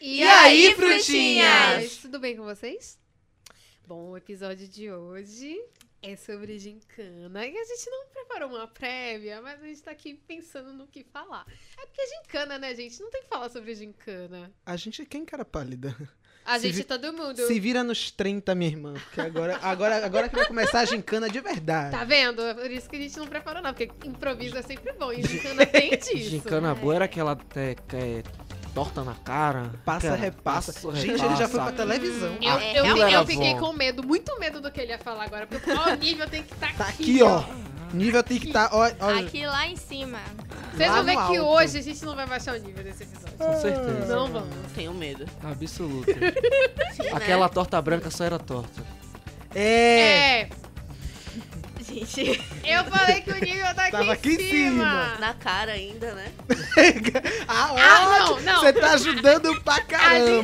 E, aí, frutinhas? Tudo bem com vocês? Bom, o episódio de hoje é sobre gincana. E a gente não preparou uma prévia, mas a gente tá aqui pensando no que falar. É porque é gincana, né, gente? Não tem que falar sobre gincana. A gente é quem, cara pálida? A Se gente, é vi- todo mundo. Se vira nos 30, minha irmã. Porque agora, agora, agora que vai começar a gincana de verdade. Tá vendo? É Por isso que a gente não preparou, não. Porque improviso é sempre bom. E gincana tem disso. Gincana né? boa é era aquela te- que é torta na cara. Passa, Cara, repassa. passa, Gente, ele já foi pra repassa. televisão. Eu, É, eu- realmente. eu Era fiquei bom. com medo, muito medo do que ele ia falar agora. Porque ó, o nível tem que estar Tá aqui, ó. Nível tem que tá, ó, ó. Aqui lá em cima. Vocês Lá vão ver no que alto. hoje a gente não vai baixar o nível desse episódio. Com certeza. tá Não vamos. Tenho medo. Absoluta. Aquela torta branca só era torta. É. É, Gente, eu falei que o nível tá aqui, Tava aqui em em cima. na cara ainda, né? Ah, Ah, ótimo. não, não. Você tá ajudando pra A gente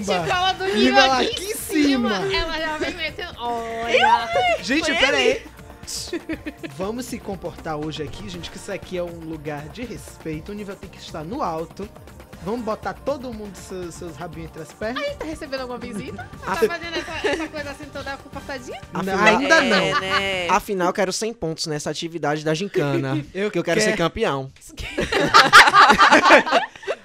caramba. fala do nível, Nível aqui, aqui em em cima. cima. Ela já vem metendo. Olha. Gente, Foi pera aí. Vamos se comportar hoje aqui, gente, que isso aqui é um lugar de respeito. O nível tem que estar no alto. Vamos botar todo mundo seus, seus rabinhos entre as pernas? Tá recebendo alguma visita? Tá Ah, fazendo essa, essa coisa assim toda comportadinha? Não, Afinal- ainda É, não. né? Afinal, eu quero 100 pontos nessa atividade da gincana. Eu que eu quero ser campeão.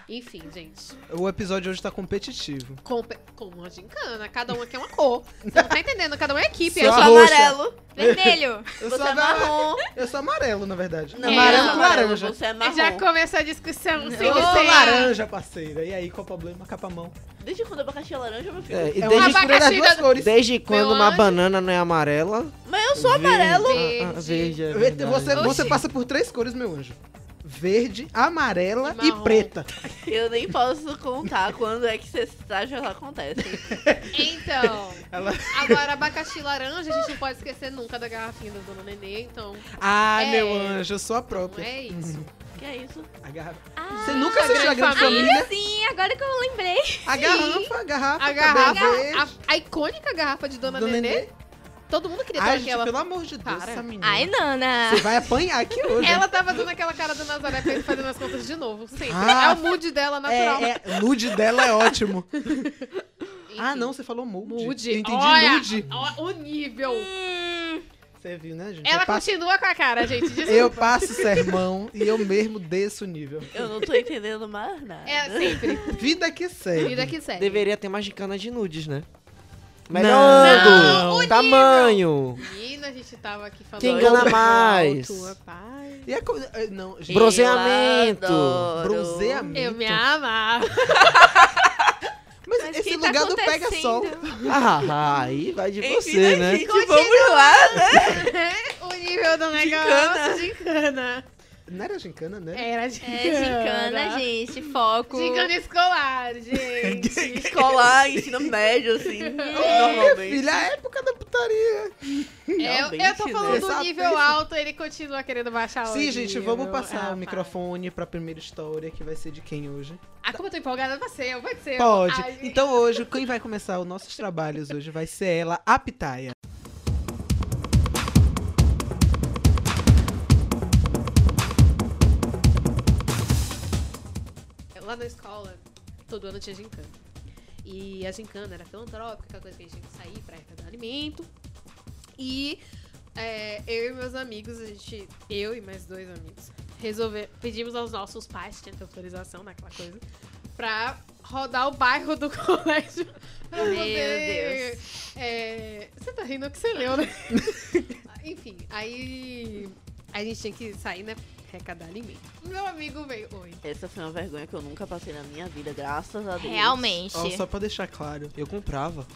Enfim, gente. O episódio hoje tá competitivo. Com, com uma gincana. Cada um aqui é uma cor. Você não tá entendendo? Cada um é equipe. Eu Só Eu sou sou- roxa. amarelo. Vermelho. Eu você sou, é amare- marrom. eu sou amarelo, na verdade. Não, Amarelo eu com sou laranja. Você é marrom. Já começou a discussão. sem Eu sou licença. laranja, parceira. E aí, qual o problema? Capa a mão. Desde quando o abacaxi é laranja, meu filho? É, e É uma desde, abacaxi mistura das duas da- cores. desde quando uma anjo. banana não é amarela? Mas eu sou amarelo. Ah, ah, Verde. verde, é verdade. Você, você Oxi. passa por três cores, meu anjo. Verde, amarela E e, marrom. preta. Eu nem posso contar quando é que esses estágios acontecem. Então. Ela- Agora, abacaxi e laranja, a gente não pode esquecer nunca da garrafinha da dona Nenê, então. Ah, É. meu anjo, eu sou a Não própria. é isso. Que é isso? A garrafa. Ah, Você nunca assistiu a Grande grande Família? família? sim, assim, agora que eu lembrei. A garrafa, a garrafa, A cabelo garrafa, verde, a, a icônica garrafa de Dona, do Nenê, nenê. todo mundo queria ter Ai, gente, aquela. pelo amor de Deus, Cara. essa menina. Ai, Nana. Você vai apanhar aqui hoje. Ela tá fazendo aquela cara do Nazaré pra ele fazendo as contas de novo, sempre. Ah. é o mood dela natural. É, é, nude dela é ótimo. Enfim, Ah, não, você falou mood. Mood. Eu entendi Olha, nude. ó, o nível. Hum, Você viu, né, gente? Ela eu passo, continua com a cara, gente. Desculpa. eu passo sermão e eu mesmo desço o nível. Eu não tô entendendo mais nada. É assim. sempre. Vida que segue. Vida que segue. Deveria ter mais gincana de nudes, né? Não. Melhor Não, ângulo, tamanho, Menina, a gente tava aqui falando. Quem engana alto, mais? rapaz. E a co- eh, Não, gente. Bronze- Bronzeamento. Eu adoro. Bronzeamento. Eu me amava. Mas, mas esse que tá lugar não pega sol. acontecendo? Ah, ah, aí vai de Enfim, você, né, né? gente? Vamos lá, né? o nível do Gincana. negócio. Gincana. Não era gincana, né? Era É, gincana. gincana, gente. Foco. Gincana escolar, gente. Escolar, ensino médio, assim. Normalmente. Filha, a época da putaria. É, eu, eu Realmente, tô né? falando do Essa nível peça- alto, ele continua querendo baixar o Sim, gente, nível, Ah, tá. vamos passar rapaz. o microfone pra primeira história, que vai ser de quem hoje? Ah, como eu tô empolgada, vai ser eu, vai ser eu. Pode. Ai, gente. Então hoje, quem vai começar os nossos trabalhos hoje vai ser ela, a Pitaia. Lá na escola, todo ano tinha gincana. E a gincana era filantrópica, aquela coisa que a gente tinha que sair pra arrecadar alimento. E é, eu e meus amigos, a gente, eu e mais dois amigos, resolver, pedimos aos nossos pais, tinha que ter autorização naquela coisa, pra rodar o bairro do colégio. pra Meu poder, é, você tá rindo o que você leu, né? Enfim, aí a gente tinha que sair, né? Arrecadar alimento. Meu amigo veio, oi. Essa foi uma vergonha que eu nunca passei na minha vida, graças a Deus. Realmente. Ó, só pra deixar claro, Eu comprava.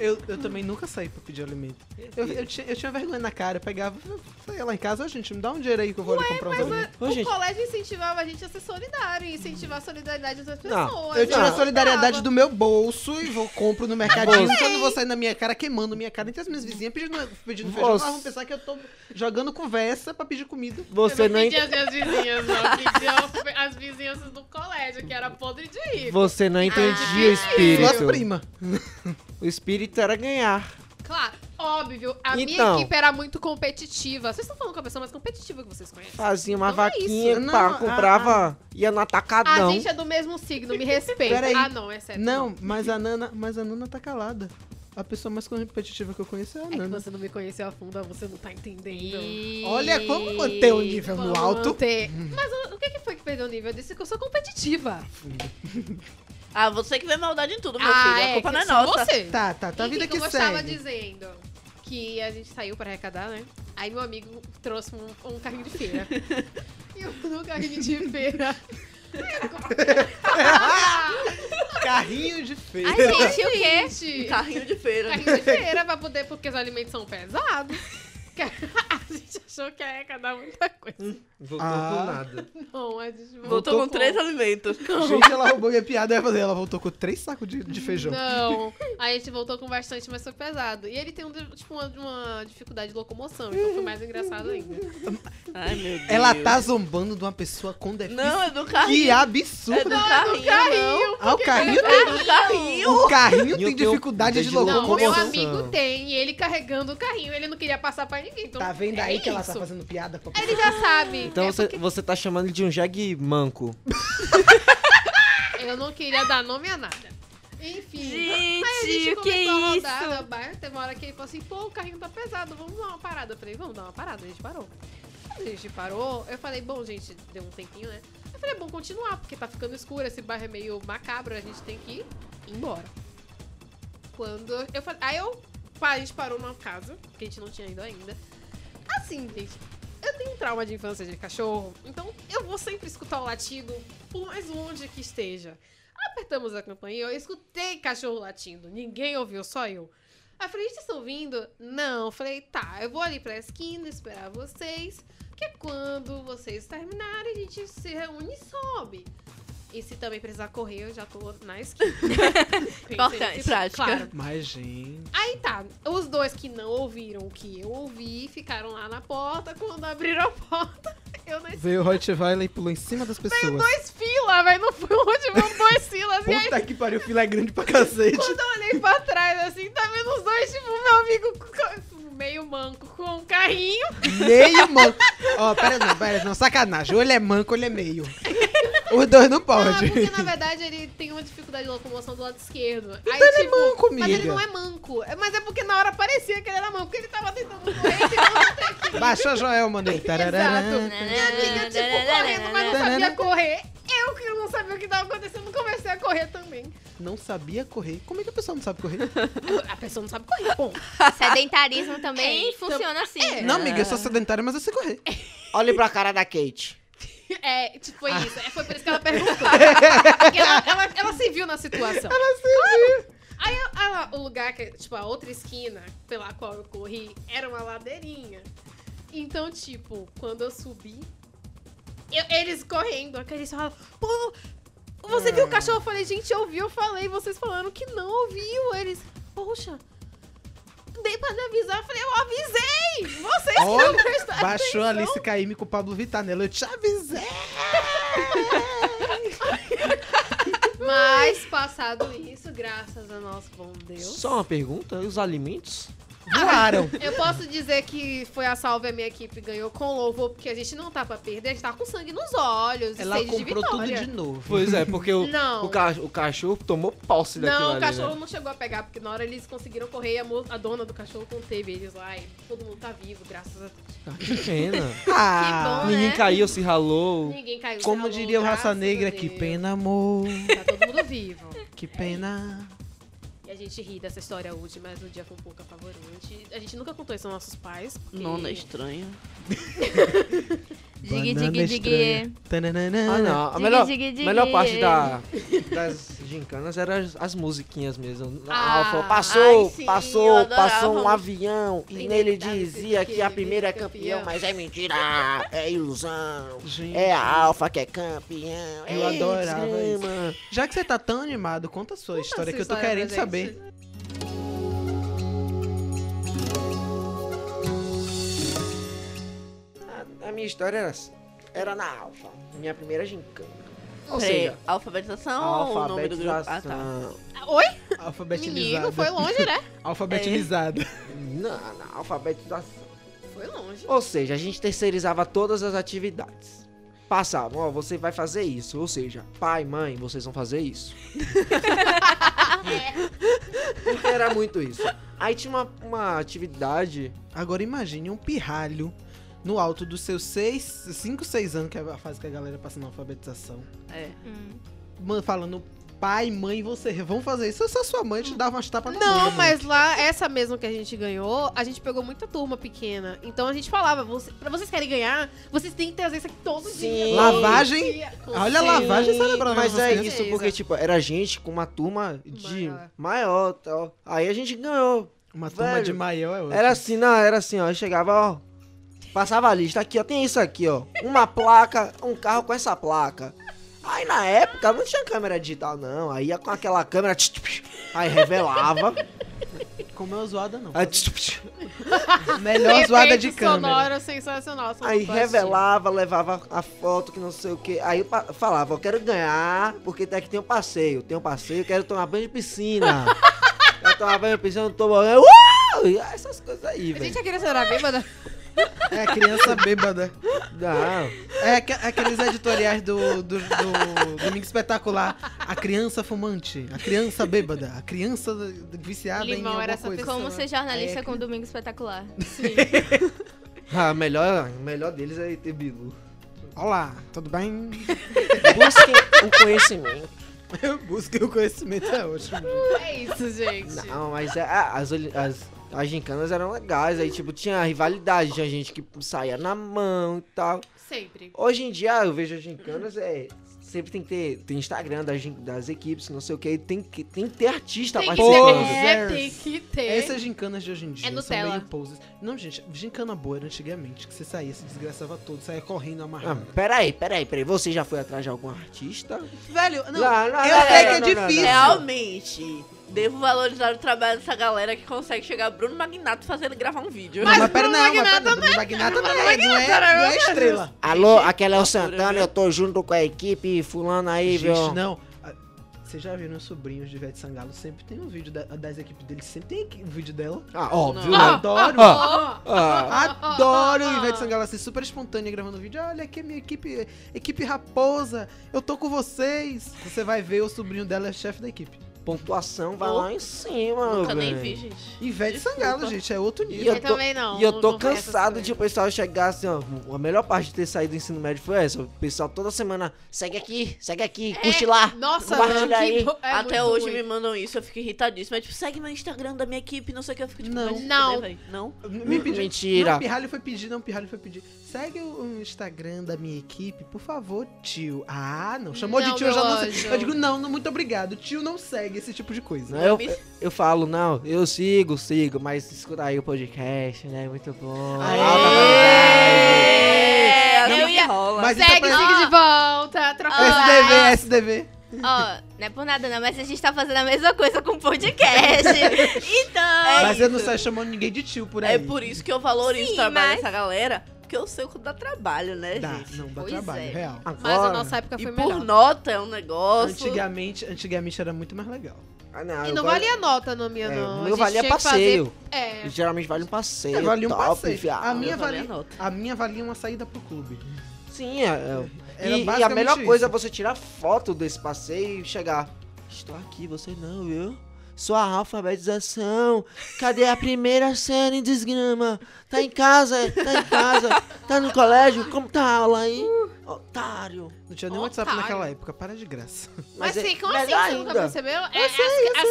eu, eu também nunca saí pra pedir alimento. Eu, eu tinha, eu tinha vergonha na cara, eu pegava, eu saía lá em casa, "Ô, gente, me dá um dinheiro aí que eu vou ali comprar um Mas a- alimento. Ô, o gente. colégio incentivava a gente a ser solidário, e incentivar a solidariedade das Não, pessoas. Eu tiro a é- não solidariedade dava. do meu bolso e vou compro no mercadinho. Quando vou sair na minha cara, queimando minha cara entre as minhas vizinhas, pedindo, pedindo feijão. Elas Você- vão pensar que eu tô jogando conversa pra pedir comida. Você eu é não, não pedia en- as minhas vizinhas, não. Eu pedia as vizinhanças do colégio, que era podre de ir. você não entendia o Ah. Sua espírito. prima. O espírito era ganhar. Claro. Óbvio, a minha Então. equipe era muito competitiva. Vocês estão falando com a pessoa mais competitiva que vocês conhecem. Fazia uma Então é vaquinha, isso. pá, Não, a- comprava, ia no A atacadão. ah. gente é do mesmo signo, me respeita. Ah, Peraí. Ah, não, é sério. Não, mas a Nana, mas a Nana tá calada. A pessoa mais competitiva que eu conheço é a É que Nana. você não me conheceu a fundo, você não tá entendendo. Olha como manter o nível no Vamos alto. Hum. manter. Mas o, o que, que foi que perdeu o nível? Eu disse que eu sou competitiva. Ah, você que vê maldade em tudo, meu ah, filho. é, A culpa que não é sou nossa. Você. Tá, tá, tá. A vida Enfim, que como eu estava segue. dizendo, que a gente saiu pra arrecadar, né? Aí meu amigo trouxe um, um carrinho de feira. e eu no carrinho de feira. Carrinho de feira. Ai, gente, o quê? Gente, Um Carrinho de feira. carrinho de feira pra poder, porque os alimentos são pesados. A gente achou que ia arrecadar muita coisa. Voltou Ah. do nada. Não, a gente voltou, Voltou com três alimentos. Gente, ela roubou minha piada. Eu ia fazer. Ela voltou com três sacos de, de feijão. Não, a gente voltou com bastante, mas foi pesado. E ele tem um, tipo, uma, uma dificuldade de locomoção, então foi mais engraçado ainda. Ai, meu Deus. Ela tá zombando de uma pessoa com deficiência. Não, é do Que carrinho. absurdo. É do carrinho. Não. Ah, o carrinho É do carrinho. O carrinho tem Eu tenho dificuldade de dificuldade de Não, meu locomoção. locomoção. amigo tem, e ele carregando o carrinho, ele não queria passar pra ninguém. Então Tá vendo é aí que ela isso. É tá fazendo piada com a Ele pessoa? já sabe. Então É você, porque você tá chamando ele de um jegue manco. Eu não queria dar nome a nada. Enfim. aí a gente Gente, o que é começou a isso? rodar na barra, teve uma hora que ele falou assim, pô, o carrinho tá pesado, vamos dar uma parada. Eu falei, vamos dar uma parada, a gente parou. Quando a gente parou, eu falei, bom, gente, deu um tempinho, né? Eu falei, é bom continuar, porque tá ficando escuro, esse bairro é meio macabro, a gente tem que ir embora. Quando eu falei, aí eu, a gente parou numa casa, que a gente não tinha ido ainda. Assim, gente, eu tenho trauma de infância de cachorro, então eu vou sempre escutar o latido, por mais longe que esteja. Apertamos a campainha, eu escutei cachorro latindo. Ninguém ouviu, só eu. Aí eu falei, "Gente, vocês estão ouvindo? Não. Eu falei, tá, eu vou ali pra esquina esperar vocês. Que é quando vocês terminarem, a gente se reúne e sobe. E se também precisar correr, eu já tô na esquina. Importante, prática. Claro. Mas, gente. Aí tá, os dois que não ouviram o que eu ouvi ficaram lá na porta. Quando abriram a porta, eu na Veio o Rottweiler e pulou em cima das pessoas. dois filas, velho. Não foi onde vão dois filas. E aí Puta que pariu, o filé é grande pra cacete. Quando eu olhei pra trás, assim, tá vendo os dois, tipo, meu amigo co- meio manco com um carrinho. Meio manco. Ó, pera não, pera não, sacanagem. Ou ele é manco ou ele é meio. Os dois não Ah, podem. porque na verdade ele tem uma dificuldade de locomoção do lado esquerdo. Aí, ele é tipo, manco, Mas ele amiga. não é manco. É- Mas é porque na hora parecia que ele era manco, porque ele tava tentando correr, tentando até aqui. Baixou a Joel, mano. Tarará. Minha amiga, tipo, correndo, mas não sabia correr. Eu que não sabia o que tava acontecendo, comecei a correr também. Não sabia correr. Como é que a pessoa não sabe correr? A pessoa não sabe correr, bom. Sedentarismo também É, então- funciona assim. Não, amiga, eu sou sedentária, mas eu sei correr. Olhe pra cara da Kate. É, tipo, foi isso. É, Foi por isso que ela perguntou. Porque ela, ela- ela se viu na situação. Ela se viu. Aí a- a- o lugar, que, tipo, a outra esquina pela qual eu corri era uma ladeirinha. Então, tipo, quando eu subi, eu- eles correndo, aqueles falaram, pô, você viu o cachorro? Eu falei, gente, eu ouvi, eu falei, vocês falando que não ouviu. Eles, poxa, dei pra me avisar. Eu falei, eu avisei! Vocês não Olha, prestaram Baixou a atenção." Alice Caíme com o Pablo Vittar nela. Eu te avisei. Mas passado isso, graças a nosso bom Deus. Ah. Só uma pergunta, e os alimentos? Voaram. Eu posso dizer que foi a salve a minha equipe ganhou com louvor, porque a gente não tá pra perder, a gente tá com sangue nos olhos. Ela e sede comprou de tudo vitória. de novo. Pois é, porque o, Não. o, ca- o cachorro tomou posse daquilo Não, ali, o né? cachorro não chegou a pegar, porque na hora eles conseguiram correr e a, mo- a dona do cachorro conteve eles lá e todo mundo tá vivo, graças a Deus. Ah, Que pena. Ah, bom, é? Ninguém né? caiu, se ralou. Ninguém caiu. como ralou, diria o Raça tá graças Negra, a que Deus. pena, amor. Tá todo mundo vivo. Que pena. E a gente ri dessa história hoje, mas o dia foi um pouco apavorante. A gente nunca contou isso aos nossos pais. Porque... Nona é estranha. Digue, Banana digue, estranha. digue. Tananana. Ah, não. A Digue, melhor, digue, digue. melhor parte da, das gincanas eram as, as musiquinhas mesmo. Ah, A Alfa passou, ai, sim, eu passou, adorava. passou um avião e nele dizia que a Inevitável primeira é campeão. campeão, mas é mentira, é ilusão. Gente. É a Alfa que é campeão. Eu é adorava desgrama. Já que você tá tão animado, conta a sua história sua que eu tô história pra querendo gente. saber. A, a minha história era, assim, era na Alfa, minha primeira gincana. Ou É. Peraí, seja, alfabetização a ou o nome do grupo? tá. alfabetização. Ah, tá. Oi? Alfabetizada. Menino, foi longe, né? Alfabetizada. Na, na alfabetização. Foi longe. Ou seja, a gente terceirizava todas as atividades. Passavam, ó, você vai fazer isso. Ou seja, pai, mãe, vocês vão fazer isso. Porque Então era muito isso. Aí tinha uma, uma atividade. Agora imagine um pirralho no alto dos seus 6, 5, 6 anos, que é a fase que a galera passa na alfabetização. É. Hum. Man- Falando, pai, mãe, vocês vão fazer isso. Se a sua mãe te dava umas tapas na bunda, Não, mano. mas lá, essa mesma que a gente ganhou, a gente pegou muita turma pequena. Então a gente falava, "Você- pra vocês querem ganhar, vocês têm que trazer isso aqui todo Sim. dia. todo Lavagem? dia." Olha a É lavagem cerebral. Mas nessas é crianças. isso, porque, tipo, era gente com uma turma de Maior. maior tal. Aí a gente ganhou. Uma turma Velho, de maior é outra. Era assim, não, era assim, ó. Aí Chegava, ó. Passava a lista aqui, ó. Tem isso aqui, ó. Uma placa, um carro com essa placa. Aí na época não tinha câmera digital, não. Aí ia com aquela câmera. tch, tch, tch, Aí revelava. Como é zoada, não. aí, tch, tch, tch, Melhor zoada de Um Efeito câmera. sonoro sensacional. só Aí não tô assistindo. revelava, levava a foto que não sei o que. Aí pa- falava, eu quero ganhar, porque tem que tem um passeio. Tem um passeio, quero tomar banho de piscina. Quero tomar banho de piscina, não tomo banho. Uau! Essas coisas aí, A velho. gente, a criança era bêbada. É a criança bêbada. Não. É aque- aqueles editoriais do, do, do Domingo Espetacular. A criança fumante, a criança bêbada, a criança viciada em Limão alguma era essa coisa. pessoa. Como ser jornalista É, com Domingo Espetacular. Ah, melhor, melhor deles é ter Bilu. Olá, tudo bem? Busquem o conhecimento. Eu busquei o conhecimento, é ótimo. É isso, gente. Não, mas é- ah, as, oli- as, as gincanas eram legais. Aí, tipo, tinha rivalidade, tinha gente que saía na mão e tal. Sempre. Hoje em dia, eu vejo as gincanas, é... Sempre tem que ter tem Instagram das, gin- das equipes, não sei o que. Tem que, tem que ter artista Tem que participando. ter. É, tem que ter. Essas gincanas de hoje em dia É são Nutella. meio poses. Não, gente, gincana boa era antigamente, que você saía, se desgraçava todo, saía correndo, Ah, amarrado. peraí, peraí, peraí. Você já foi atrás de algum artista? Velho, não, Não, não, eu não, sei não, que é não, não, não. difícil. Realmente, devo valorizar o trabalho dessa galera que consegue chegar Bruno Magnato fazendo gravar um vídeo. Não, mas pera, não, mas pera, Bruno Magnata não é, não é, não é estrela. Alô, aquela é o Santana, eu tô junto com a equipe fulano aí, viu? Gente, não. Ah, Vocês já viram os sobrinhos de Ivete Sangalo? Sempre tem um vídeo da- das equipes deles, sempre tem equi- um vídeo dela. Ah, óbvio, Eu né? adoro. Ó, Ah, Adoro Ivete Sangalo assim, super espontânea gravando vídeo. Olha aqui a minha equipe, equipe raposa, eu tô com vocês. Você vai ver o sobrinho dela é chefe da equipe. pontuação vai Oh. lá em cima, Nunca velho. nem vi, gente. Ivete Sangalo, gente, é outro E nível. eu Eu tô- também não. E eu não- tô não conheço cansado essas de o coisas. pessoal chegar assim, ó. A melhor parte de ter saído do ensino médio foi essa. O pessoal toda semana, segue aqui, segue aqui, É, curte lá. Nossa, Compartilha mano, que aí. bo- é Até muito hoje ruim. me mandam isso, eu fico irritadíssima. É tipo, segue meu Instagram da minha equipe, não sei o que. Eu fico tipo, Não. mas Não. também, véi, não. Me pedi- Mentira. Não, Pirralho foi pedir, não, Pirralho foi pedir. Segue o o Instagram da minha equipe, por favor, tio. Ah, não. Chamou de Não, tio, eu já meu não sei. anjo. Eu digo, não, não, muito obrigado. Tio não segue esse tipo de coisa. Não, eu, eu falo, não, eu sigo, sigo, mas escuta aí o podcast, né? Muito bom. Aê! Alta qualidade. É, eu não ia- rola. Mas isso é Segue, pra- siga de volta, É troca. SDV, SDV. Ó, não é por nada não, mas a gente tá fazendo a mesma coisa com o podcast. então... Mas eu não saio chamando ninguém de tio por aí. É por isso que eu valorizo Sim, o trabalho mas- dessa galera, porque eu sei o que dá trabalho, né, Dá, gente? não, dá Pois trabalho, é. real. Mas a Agora- nossa época E foi por melhor. nota é um negócio. Antigamente, antigamente era muito mais legal. Ah, não, E eu não gosto- valia nota na minha, é, não. o A meu gente valia tinha que passeio. fazer- É. Geralmente vale um passeio. É, vale um top, passeio. viado. A minha Eu falei valia- a nota. A minha valia é uma saída pro clube. Sim, é. é. Era e, e a basicamente melhor coisa é isso. você tirar foto desse passeio e chegar. Estou aqui, você não, viu? Sua alfabetização. Cadê a primeira série desgrama? Tá em casa, tá em casa. Tá no colégio? Como tá a aula aí? Otário. Não tinha nem WhatsApp Otário. naquela época, para de graça. Mas é ficam assim, melhor você nunca percebeu? É, as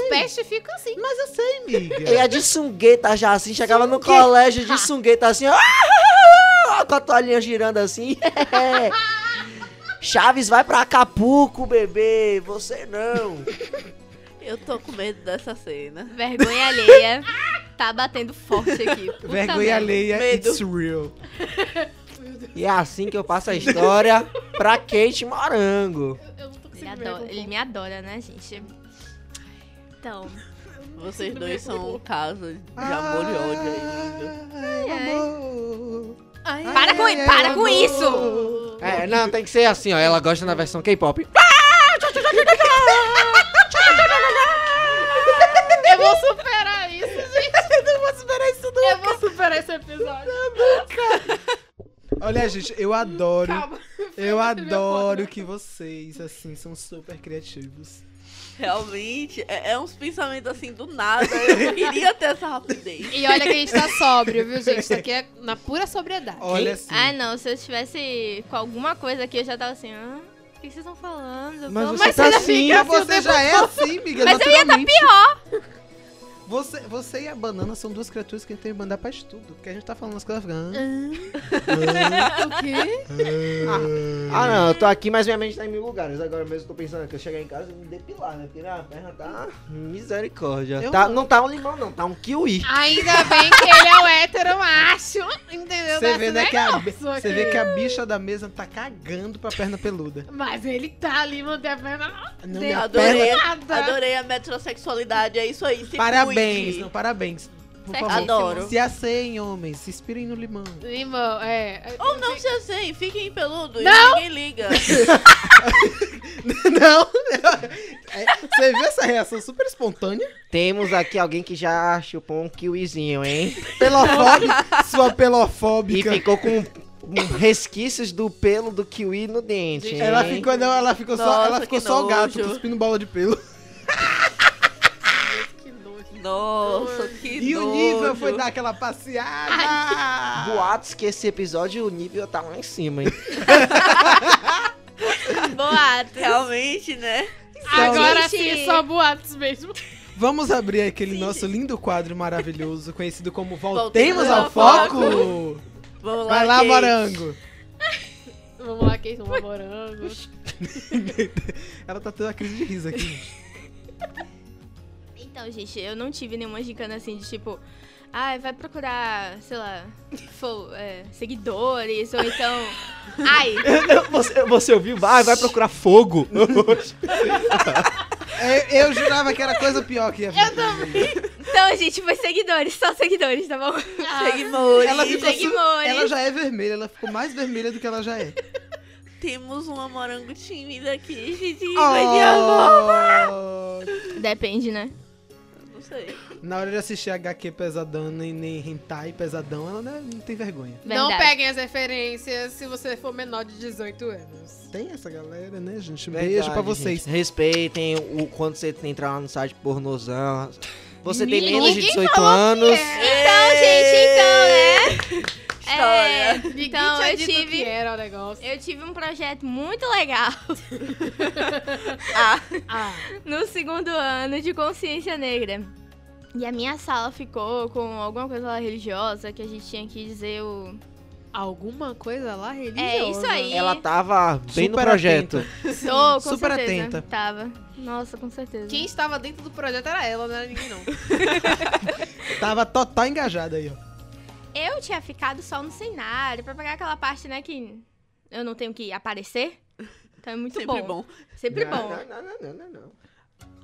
as pestes ficam assim. Mas eu sei, miga. E a é de sungueta já assim, chegava no colégio de sungueta assim, ó, com a toalhinha girando assim. Chaves vai pra Acapulco, bebê, você não. Eu tô com medo dessa cena. Vergonha alheia. Tá batendo forte aqui. Puta merda. Vergonha alheia, Medo. it's real. E é assim que eu passo a história pra Kate Morango. Eu, eu não tô Ele, conseguindo adora- ver. ele me adora, né, gente? Então, Vocês Sim, primeiro. dois são um caso de Ah. amor e ódio aí. viu? Ai, Ai, ai. amor. Ai, Ai, Para com- ai, para ai, com amor. isso! É, não, tem que ser assim, ó, ela gosta na versão K-pop. episódio. Olha, gente, eu adoro. Calma. Eu Foi muito minha adoro que vocês, assim, são super criativos. Realmente, é, é uns pensamentos assim do nada. Eu queria ter essa rapidez. E olha que a gente tá sóbrio, viu, gente? Isso aqui é na pura sobriedade. Olha assim. Ah, não, se eu estivesse com alguma coisa aqui, eu já tava assim, ah, o que vocês estão falando? Mas Pelo você mais- tá ainda assim. fica- Mas você já é assim, Miguel. Mas eu ia estar naturalmente. pior. Você, você e a banana são duas criaturas que a gente tem que mandar pra estudo. Porque a gente tá falando as coisas. Ah, O quê? Ah, não, eu tô aqui, mas minha mente tá em mil lugares. Agora mesmo eu tô pensando que eu chegar em casa e me depilar, né? Porque minha perna tá. Misericórdia. Eu Tá, não. não tá um limão, não, tá um kiwi. Ainda bem que ele é o hétero macho, entendeu? Você Desse vê, né, que a, negócio aqui. você vê que a bicha da mesa tá cagando pra perna peluda. Mas ele tá ali mantendo a perna Não, Deu. minha Adorei. perna- nada. Adorei a metrosexualidade, é isso aí. se Tá. Parabéns, cuide. não, parabéns. Por Certíssimo. favor. Adoro. Se aceiem, homens. Se inspirem no limão. Limão, é. Ou não se assim, fiquem peludos. Não! Ninguém liga. não! É, Você viu essa reação super espontânea? Temos aqui alguém que já chupou um kiwizinho, hein? Pelofóbica. Sua E pelofóbica. ficou com um- resquícios do pelo do kiwi no dente. Gente, Ela hein? ficou, não, ela ficou só, Nossa, ela ficou que só o gato nojo. cuspindo bola de pelo. Que nojo. Nossa, que E o nível foi dar aquela passeada. Boatos que esse episódio o nível tá lá em cima, hein? Boato. Realmente, né? Agora Gente. sim, só boatos mesmo. Vamos abrir aquele nosso lindo quadro maravilhoso, conhecido como Voltemos Voltemos ao ao Foco. Vamos lá, Vai lá, Kate. morango. Vamos lá, quem tá são morangos. Ela tá tendo uma crise de riso aqui. gente. Então, gente, eu não tive nenhuma gincana assim de tipo, ai, vai procurar, sei lá, fo- é, seguidores, ou então. Ai, você, ouviu? Vai, vai procurar fogo. É, Eu, jurava que era coisa pior que ia vir. então, gente, foi seguidores, só seguidores, tá bom? Ah. Seguimos. Ela ficou su- seguidores. Ela já é vermelha, ela ficou mais vermelha do que ela já é. Temos uma morango tímida aqui, gente. Mas de amor. Oh. Depende, né? Não sei. Na hora de assistir HQ pesadão, nem, nem hentai pesadão, ela né, não, não tem vergonha. Verdade. Não peguem as referências se você for menor de 18 anos. Tem essa galera, né, gente? Beijo pra vocês. Respeitem o quando você entrar lá no site pornozão. Você tem Ninguém menos de 18 anos. Então, gente, então, né? É, História. então, Ninguém eu tinha dito que tive, era o negócio. eu tive um projeto muito legal Ah, no segundo ano de consciência negra. E a minha sala ficou com alguma coisa lá religiosa que a gente tinha que dizer o. alguma coisa lá religiosa. É isso aí. Ela tava bem no Super projeto. atenta. Tô, com super certeza. atenta. Tava. Nossa, com certeza. Quem estava dentro do projeto era ela, não era ninguém não. Tava total engajada aí, ó. Então, Eu tinha ficado só no cenário pra pegar aquela parte, né, que eu não tenho que aparecer. Então é muito Sempre bom. Sempre bom. Não, não, não, não, não.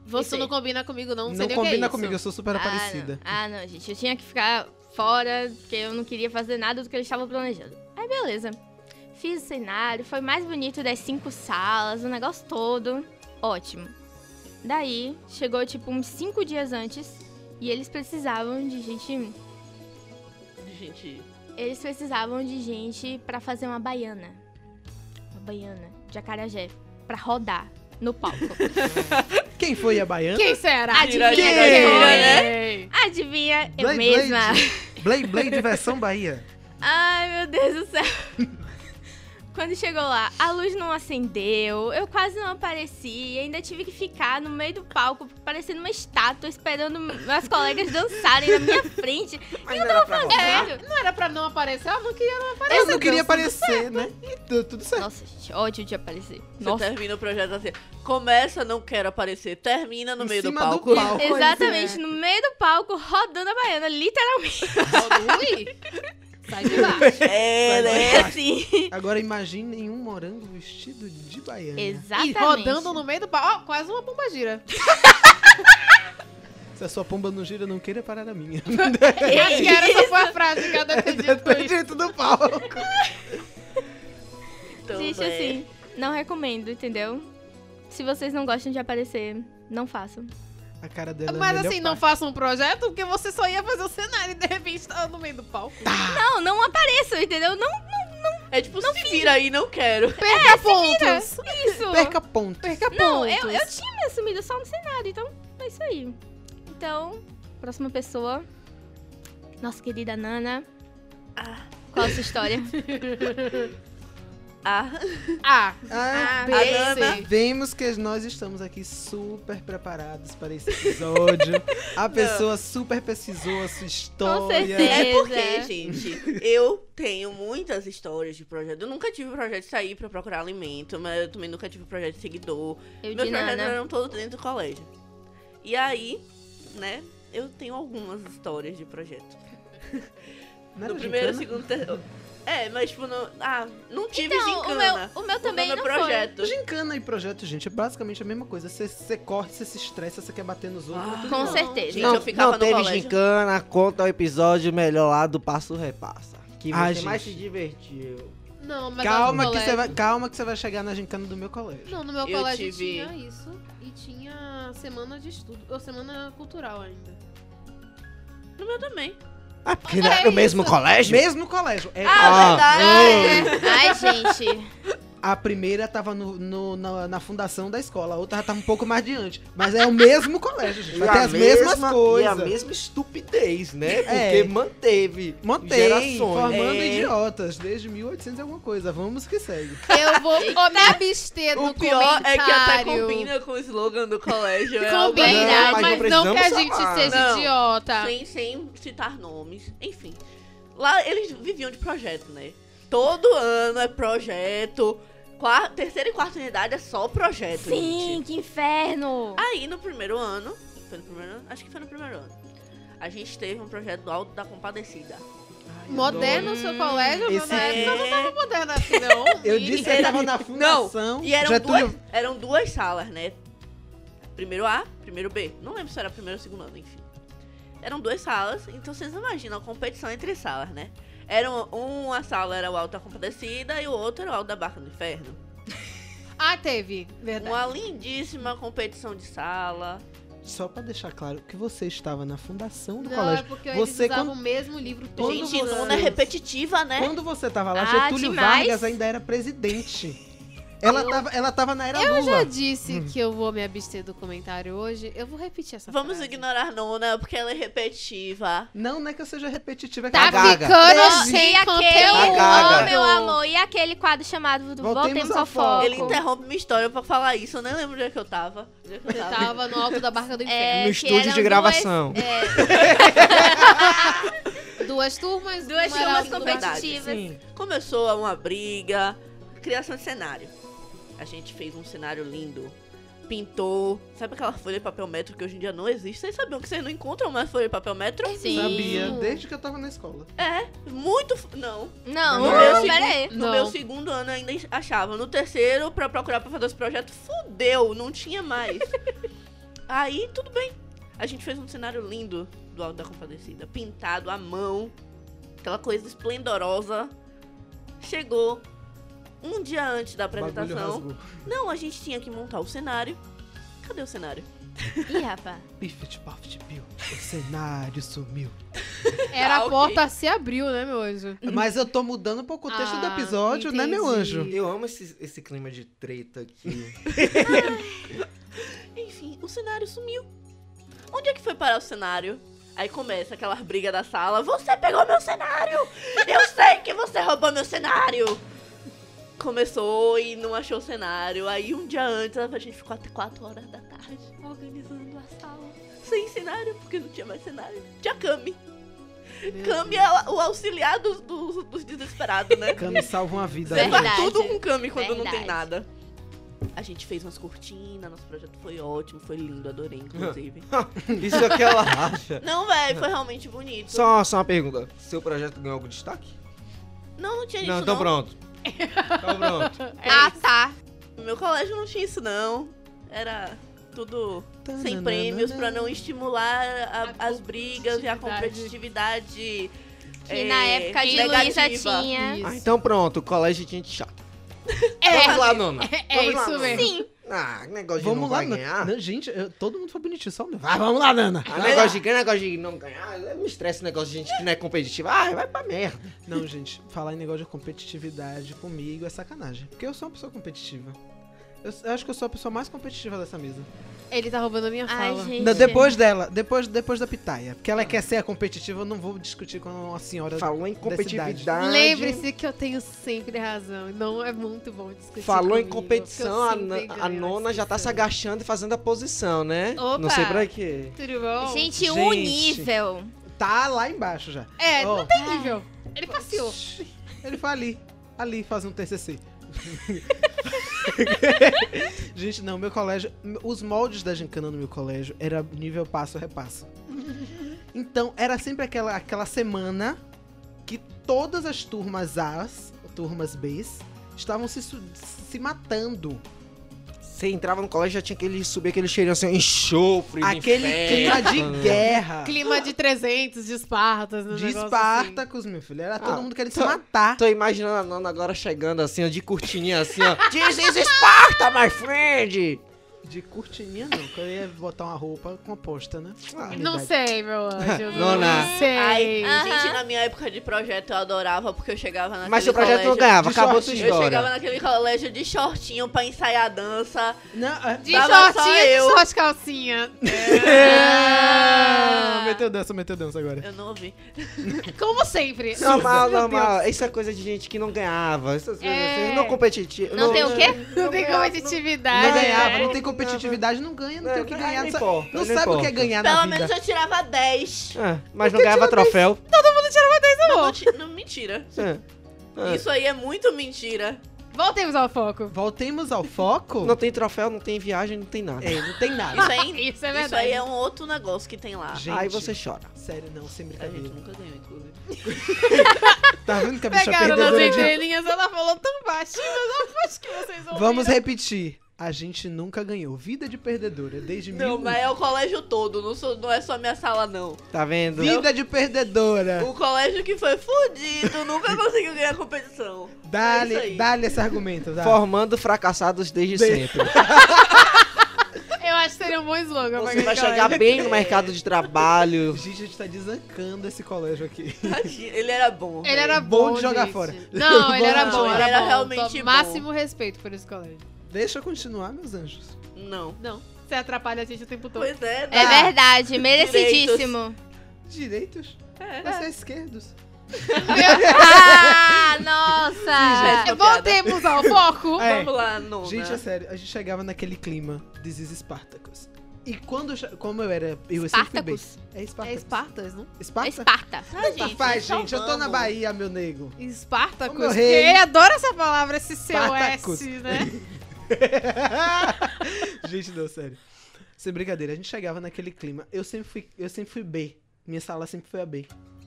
Você Isso aí. não combina comigo não, não sei Não nem o que é combina isso. comigo, eu sou super aparecida. Ah não. ah, não, gente. Eu tinha que ficar fora, porque eu não queria fazer nada do que eles estavam planejando. Aí, beleza. Fiz o cenário, foi mais bonito das cinco salas, o negócio todo. Ótimo. Daí, chegou tipo uns cinco dias antes e eles precisavam de gente. Gente, Eles precisavam de gente pra fazer uma baiana. Uma baiana de acarajé. Pra rodar no palco. Quem foi a baiana? Quem será? Adivinha Tira, quem tira, foi? né? Ei. Adivinha, eu Blade, mesma. Blade Blade versão Bahia. Ai, meu Deus do céu. Quando chegou lá, a luz não acendeu, eu quase não apareci, ainda tive que ficar no meio do palco, parecendo uma estátua, esperando meus colegas dançarem na minha frente. É Mas não era pra rodar? Sério? Não era pra não aparecer, ela não queria não aparecer. Eu não queria Deus. aparecer, né? E tu- tudo certo. Nossa, gente, ódio de aparecer. tá você Nossa. termina o projeto assim. Começa, não quero aparecer. Termina no Em meio do cima palco. do palco. Exatamente, né? no meio do palco, rodando a baiana, literalmente. Ui, Sai de lá. É, né? É assim. Agora imaginem um morango vestido de baiana. E Exatamente. rodando no meio do pau. Ó, quase uma bomba gira. Se a sua pomba não gira, não queira parar a minha. Acho que era essa foi a frase que eu Depende defendi. dentro do palco. Então, Gente, né? assim, não recomendo, entendeu? Se vocês não gostam de aparecer, não façam. A cara dela é Mas melhor assim, não parte. faça um projeto, porque você só ia fazer o cenário e de repente tava no meio do palco. Não, não apareçam, entendeu? Não, não É tipo, se vira aí, não quero. Perca vira. pontos! Isso. Perca pontos. Perca pontos! não, eu, eu tinha me assumido só no cenário, então é isso aí. Então, próxima pessoa. Nossa querida Nana. Qual a sua história? Ah, Ah, Ah, B, a C. Nana. Vemos que nós estamos aqui super preparados para esse episódio. A pessoa super pesquisou a sua história. certeza. é porque, Beleza. gente, eu tenho muitas histórias de projeto. Eu nunca tive projeto de sair pra procurar alimento, mas eu também nunca tive projeto de seguidor. Eu Meus de projetos Nana. eram todos dentro do colégio. E aí, né, eu tenho algumas histórias de projeto. Não era no primeiro, gincana? segundo, terceiro. É, mas tipo, no... ah, não tive Então, o gincana. meu, o meu também meu não projeto. Gincana e projeto, gente, é basicamente a mesma coisa. Você- Você corre, você se estressa, você quer bater nos outros. é Ah. foi. tudo Com igual. certeza. Gente, não, eu ficava não no teve colégio. gincana, conta o episódio melhor lá do Passo Repassa. Que Ah, você gente. mais se divertiu. Não, mas Calma no que, você colégio- vai, calma que você vai chegar na gincana do meu colégio. Não, no meu Eu colégio tive- tinha isso e tinha semana de estudo, ou semana cultural ainda. No meu também. Ah, porque não era o mesmo colégio? Mesmo colégio. É, é Ah, é. verdade. Ai, gente. A primeira tava no- no- na, na fundação da escola, a outra já tava um pouco mais adiante. Mas é o mesmo colégio, gente. Vai ter as mesmas E a coisas. mesma estupidez, né? Porque É. manteve. Mantém, gerações. formando É. idiotas desde 1800 e alguma coisa. Vamos que segue. Eu vou me abster O do pior comentário. é que até combina com o slogan do colégio. é algo Combina, né? Não, mas não mas não, que precisamos a gente falar. seja Não. idiota. Sem, sem citar nomes. Enfim. Lá eles viviam de projeto, né? Todo ano é projeto. Qua- terceira e quarta unidade é só projeto, Sim, gente. que inferno. Aí no primeiro ano. Foi no primeiro ano? Acho que foi no primeiro ano. A gente teve um projeto do Alto da Compadecida. Moderno o seu colégio, Esse- meu É. é... Não, não tava moderno assim, não. Eu Mini. disse é que eu tava na fundação. E eram, Getúlio- duas, eram duas salas, né? Primeiro A, primeiro B. Não lembro se era primeiro ou segundo ano, enfim. Eram duas salas, então vocês imaginam a competição entre salas, né? Era um- uma sala era o Alto da Compadecida e o outro era o Alto da Barca do Inferno. Ah, teve. Verdade. Uma lindíssima competição de sala. Só pra deixar claro que você estava na fundação do Não, é colégio. porque eles Você usavam quando- o mesmo livro todo. Quando Gente, você- nona é repetitiva, né? Quando você tava lá, Ah, Getúlio demais. Vargas ainda era presidente. Ela, tava, ela tava na era Lula. Eu já disse que eu vou me abster do comentário hoje. Eu vou repetir essa Vamos frase. ignorar nona porque ela é repetitiva. Não, não é que eu seja repetitiva. é que Tá eu gago. Gaga. ficando Teve. E sem aquele, conteúdo. Gaga. oh, meu amor, e aquele quadro chamado do Voltemos Voltemos ao ao Foco. foco. Ele interrompe minha história pra falar isso. Eu nem lembro onde é que eu tava. Onde é que eu Você tava. tava no alto da barca do inferno. É, no que estúdio eram de gravação. Duas turmas, Duas, duas uma era chamas alto da barca- competitivas. Começou uma briga, criação de cenário. A gente fez um cenário lindo. Pintou. Sabe aquela folha de papel metro que hoje em dia não existe? Vocês sabiam que vocês não encontram mais folha de papel metro? É, Sim. Sabia, desde que eu tava na escola. Muito. f- Não. Não, No meu não, segundo- pera aí. No Não. meu segundo ano ainda achava. No terceiro, pra procurar pra fazer esse projeto, fudeu, não tinha mais. Aí, tudo bem. A gente fez um cenário lindo do Alto da Compadecida. Pintado à mão. Aquela coisa esplendorosa. Chegou um dia antes da O bagulho apresentação. rasgou. Não, a gente tinha que montar o cenário. Cadê o cenário? Ih, rapaz. Piffet, Puffet, Bill. O cenário sumiu. Era Ah, a ok. porta se abriu, né, meu anjo? Uhum. Mas eu tô mudando um pouco o texto do Ah, episódio, né, meu entendi. anjo? Eu amo esse, esse clima de treta aqui. Enfim, o cenário sumiu. Onde é que foi parar o cenário? Aí começa aquela briga da sala. Você pegou meu cenário! Eu sei que você roubou meu cenário! Começou e não achou o cenário. Aí um dia antes a gente ficou até 4 horas da tarde organizando a sala. Sem cenário, porque não tinha mais cenário. Tinha Kami. Kami é o auxiliar dos, dos, dos desesperados, né? Cami salva uma vida. Verdade. né? Faz tudo com Kami quando não tem Verdade. nada. A gente fez umas cortinas, nosso projeto foi ótimo, foi lindo, adorei, inclusive. Isso é o que ela acha. não, véi, foi realmente bonito. Só, só uma pergunta. Seu projeto ganhou algum destaque? Não, não tinha não, isso então não. pronto. Então pronto. Ah, tá. No meu colégio não tinha isso não. Era tudo sem prêmios pra não estimular a- A as brigas e a competitividade. Que é, na época de negativa. Luísa tinha. Ah, então pronto. O então colégio de gente chata. É, Vamos lá, nona. É, Vamos lá, isso nona. mesmo. sim. Ah, negócio de Vamos não lá, vai Nana. ganhar. Não, gente, eu- todo mundo foi bonitinho, só o meu. Vai, vamos lá, Nana. Ah, negócio de ganhar, negócio de não ganhar. Eu me estressa esse negócio de gente que não é competitiva. Ah, vai pra merda. Não, gente, falar em negócio de competitividade comigo é sacanagem. Porque eu sou uma pessoa competitiva. Eu, s- eu acho que eu sou a pessoa mais competitiva dessa mesa. Ele tá roubando a minha Ai, fala. gente. Não, depois dela, depois, depois da pitaia. Porque ela quer ser a competitiva, eu não vou discutir com uma senhora. Falou em competitividade. Lembre-se que eu tenho sempre razão. e Não é muito bom discutir. Falou em comigo, competição, porque eu a, sempre na- a ganho na nona já tá se discussão. agachando e fazendo a posição, né? Opa. Não sei pra quê. Tudo bom? Gente, Gente. o nível. Tá lá embaixo já. é, Ó. não tem nível. Ele passeou. Ele foi ali, ali fazendo um TCC. Gente, não, meu colégio, os moldes da gincana no meu colégio era nível passo repasso. Então, era sempre aquela aquela semana que todas as turmas A's, turmas B's, estavam se su- se matando. Você entrava no colégio já tinha aquele subir aquele cheirinho assim, enxofre, de Aquele clima inferno. de Ah. guerra. Clima de 300, de Espartas. Um De negócio Espartacos, meu filho. Era todo Ah, mundo querendo tô- se matar. Tô imaginando a nona agora chegando assim, ó, de cortininha assim, ó. This is Sparta, my friend! De cortininha, não. Que eu ia botar uma roupa composta, né? assim. Não sei, meu anjo. Nona. Não sei. Ai, ah, Aham. gente, na minha época de projeto eu adorava, porque eu chegava naquele Mas seu projeto não colégio- ganhava, de acabou sua shortinho. Eu chegava história. naquele colégio de shortinho pra ensaiar dança. Não, é... de Tava só shortinho, de eu. short calcinha. Ah, Meteu dança, meteu dança agora. Eu não ouvi. Como sempre. Normal, Meu normal. Isso é coisa de gente que não ganhava. Essas coisas É. assim, não competitiva. Não tem o quê? Deus. Não tem competitividade. Não ganhava, né? não tem competitividade, não ganha, não tem o que ganhar. É, Não, Não, importa, não sabe o que é ganhar na Pelo vida. menos eu tirava 10. ganhar. É, mas não ganhava troféu. tá Não, não, ti- não, mentira. É, é. Isso aí é muito mentira. Voltemos ao foco. Voltemos ao foco? Não tem troféu, não tem viagem, não tem nada. É, não tem nada. Isso aí, Isso é isso aí verdade. é um outro negócio que tem lá. Gente, Aí você chora. sério, não, sem A gente brincadeira. nunca ganhou, inclusive. Tá vendo que a bicha Pegaram nas perdeu de... entrelinhas, ela falou tão baixinho, mas eu acho que vocês ouviram. Vamos repetir. A gente nunca ganhou. Vida de perdedora, desde Não, mil... mas é o colégio todo, não, sou- não é só minha sala, não. Tá vendo? Vida de perdedora. O colégio que foi fudido, nunca conseguiu ganhar competição. É isso Dá-lhe aí. dá esse argumento, tá? Formando fracassados desde Bem- sempre. Eu acho que seria um bom slogan. pra Você tá aquele vai colégio. chegar bem no mercado de trabalho. Gente, a gente tá desancando esse colégio aqui. Tadinho, Ele era bom. Ele velho. era Bom bom, de jogar gente. fora. Não, ele era Bom de bom, jogar. era, Ele era bom. realmente Tô- bom. Máximo respeito por esse colégio. Deixa eu continuar, meus anjos. Não. Não, você atrapalha a gente o tempo todo. Pois é, Ah. É dá. verdade, merecidíssimo. Direitos? Mas é esquerdos. Ah, Sim, nossa! gente. é, Essa É, Voltemos ao foco. É. Vamos lá, nona. Gente, é sério, a gente chegava naquele clima desses Espartacos. E quando eu, che- como eu era, eu sempre fui bem. Espartacus? É É Espartacus. Espartas, não? Esparta? Esparta. Ah, Tá, faz, então gente. Eu tô na vamos. Bahia, meu nego. Ô, Espartacus. meu que rei. ele adora essa palavra, esse seu Espartacus. S, né? gente, não, sério. Sem brincadeira, a gente chegava naquele clima. Eu sempre fui, eu sempre fui B. Minha sala sempre foi a B.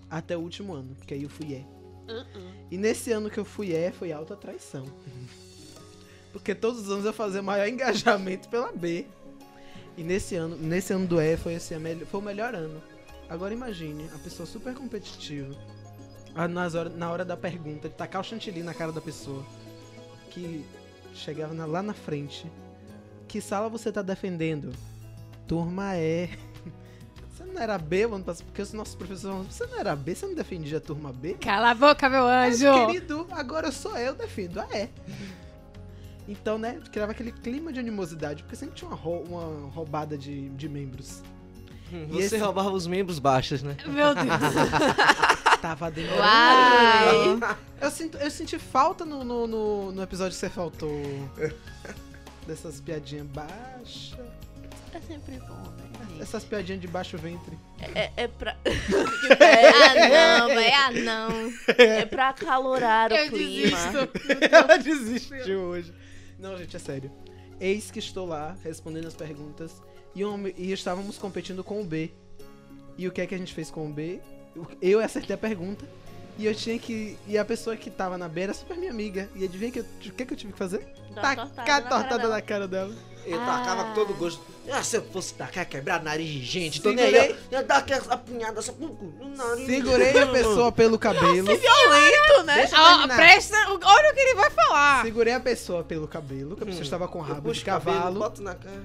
Até o último ano, porque aí eu fui E. E nesse ano que eu fui E, foi alta traição. Porque todos os anos eu fazia maior engajamento pela B. E nesse ano, nesse ano do E foi, assim, a mel- foi o melhor ano. Agora imagine, a pessoa super competitiva. a- Nas hora, na hora da pergunta, de tacar o chantilly na cara da pessoa. Que chegava na- lá na frente. Que sala você tá defendendo? Turma E. Você não era B, mano? Porque os nossos professores falam, você não era B, você não defendia a turma B? Cala a boca, meu Mas, anjo. querido, agora sou eu defendo. Ah, é. Então, né, criava aquele clima de animosidade, porque sempre tinha uma, rou- uma roubada de, de membros. Você esse- roubava os membros baixos, né? Meu Deus. Tava dentro. Uau! Eu, sinto, eu senti falta no, no, no- no episódio que você faltou. Dessas piadinhas baixas. É sempre bom, né? Essas piadinhas de baixo ventre. É, é pra... Ah, não, véi, ah, não. é pra acalorar o Eu clima. desisto. Ela desistiu hoje. Não, gente, é sério. Eis que estou lá respondendo as perguntas e, um- e estávamos competindo com o B. E o que é que a gente fez com o B? Eu- Eu acertei a pergunta e eu tinha que. E a pessoa que tava na B era super minha amiga. E adivinha que eu- o que, é que eu tive que fazer? Dá uma Tacar a tortada Tá, na cara tortada dela. na cara dela. Eu tacava com todo gosto. Ah, se eu fosse tacar, quebrar nariz de gente, tô nem Segurei. aí. ó. Eu ia dar aquela apunhada só pro cu, no nariz. Segurei a pessoa pelo cabelo. Violento, né? Deixa eu Ó, terminar. presta, olha o que ele vai falar. Segurei a pessoa pelo cabelo, que a pessoa estava com Hum. Eu rabo puxo de o cabelo, cavalo. boto na cara.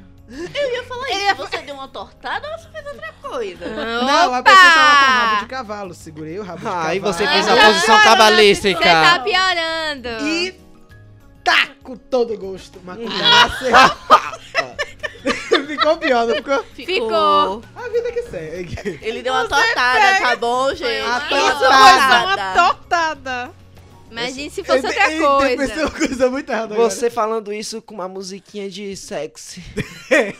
Eu ia falar isso. Você deu uma tortada ou você fez outra coisa? Não, a pessoa estava com rabo de cavalo. Segurei o rabo de cavalo. Ah, e você fez Ah, a posição Você cabalística. tá piorando. E tá com todo gosto. Mas com graça. Ficou pior, não ficou? Ficou. A vida que segue. Ele deu uma tortada, tá bom, gente? A Uma tortada. Mas tortada. é uma tortada. Imagina se fosse outra Eita, pensei coisa. uma coisa muito errada agora. Você falando isso com uma musiquinha de sexy.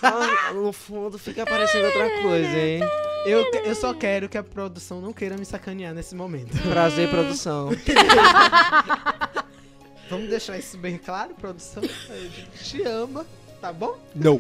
Ah, no fundo fica parecendo outra coisa, hein? Eu, que- eu só quero que a produção não queira me sacanear nesse momento. Prazer, produção. Vamos deixar isso bem claro, produção? A gente te ama, tá bom? Não.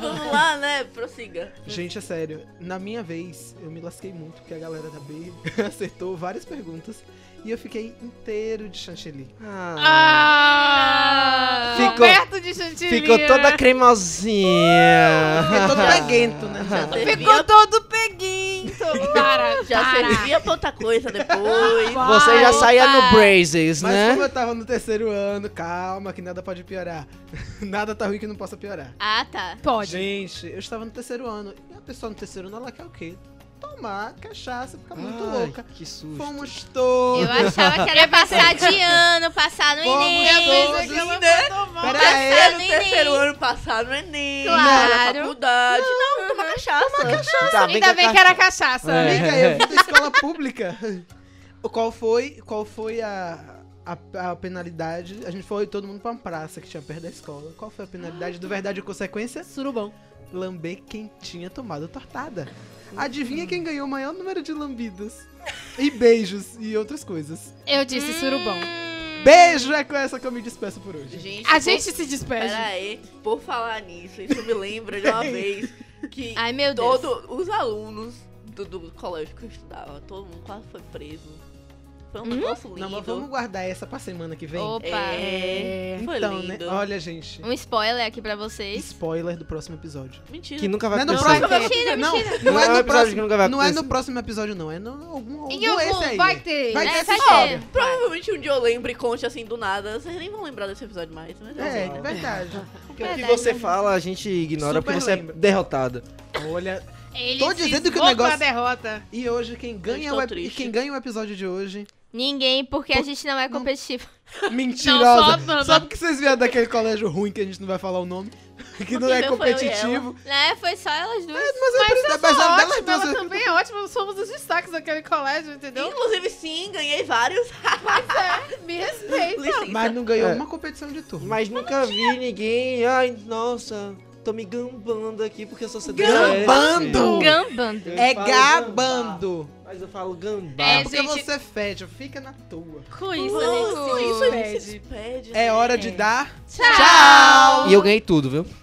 Vamos lá, né? Prossiga. Gente, é sério, na minha vez eu me lasquei muito porque a galera da B acertou várias perguntas e eu fiquei inteiro de chantilly. Ah, Ficou- Roberto de Chantilly. Ficou toda cremosinha. Fiquei todo peguento, né? Já servia, Ficou todo peguinho. Para, já para. servia pra outra coisa depois. Vai, Você já opa. saía no Brazes, Mas como né? eu tava no terceiro ano, calma, que nada pode piorar. nada tá ruim que não possa piorar. Ah, tá. Pode. Gente, eu estava no terceiro ano. E a pessoa no terceiro ano, ela quer o quê? Tomar cachaça, ficar muito Ai, louca. Que susto. Fomos todos. Eu achava que era passar de ano, passar no Fomos É é Enem. todos. Ela né? mandou mal. Pera aí. Passar no Enem. terceiro ano passado no Enem. Claro. Na faculdade. Não, toma cachaça. Tá, bem Ainda que bem que era cachaça. né? É. Amiga, eu vim da escola pública. O Qual foi, qual foi a, a, a penalidade? A gente foi todo mundo pra uma praça que tinha perto da escola. Qual foi a penalidade? Do verdade ou consequência? Surubão. Lamber quem tinha tomado tortada. Adivinha quem ganhou o maior número de lambidas? E beijos e outras coisas. Eu disse surubão. Beijo é com essa que eu me despeço por hoje. Gente, A por- gente se despede. Peraí, por falar nisso, isso me lembra de uma vez que Ai, meu Deus. todos os alunos do, do colégio que eu estudava, todo mundo quase foi preso. Foi um negócio lindo. Não, mas vamos guardar essa pra semana que vem? Opa. É, foi então, né? lindo. Olha, gente. Um spoiler aqui pra vocês. Spoiler do próximo episódio. Mentira. Que nunca vai Não é no acontecer. próximo- Mentira, não, mentira. Não, é Não é um no episódio próximo, que nunca vai não é no acontecer. próximo episódio, não. É no algum, Em algum esse algum, aí. vai ter. Vai ter É, essa vai história. ter. Provavelmente um dia eu lembro e conte assim do nada. Vocês nem vão lembrar desse um episódio mais, mas eu É, lembro. verdade. Porque o que você fala, a gente ignora Super porque você lembra. é derrotado. Olha, Ele Tô se dizendo que o Opa, negócio- derrota. e hoje quem ganha, estou o, ep- triste. quem ganha o episódio de hoje... Ninguém, porque a gente não é competitivo. Mentirosa! Não, só a Nana. Sabe porque vocês vieram daquele colégio ruim que a gente não vai falar o nome? Que não Porque é meu foi eu e competitivo. Né? Foi só elas duas. Mas, é por- Ela apesar é delas ótima, ela duas- também é ótima. Somos os destaques daquele colégio, entendeu? Inclusive, sim, ganhei vários. Me respeita. Licença. Mas não ganhou É. uma competição de turma. Mas nunca vi ninguém. Ai, nossa, tô me gambando aqui porque eu sou CDF. É Gambando! Gambando. Eu É falo gabando! gambá, Mas eu falo gambá. É, Porque gente- você fede, fica na tua. Com isso, Nossa, amigo. isso a gente Pede. se despede. né? É hora É. de dar... Tchau. E eu ganhei tudo, viu?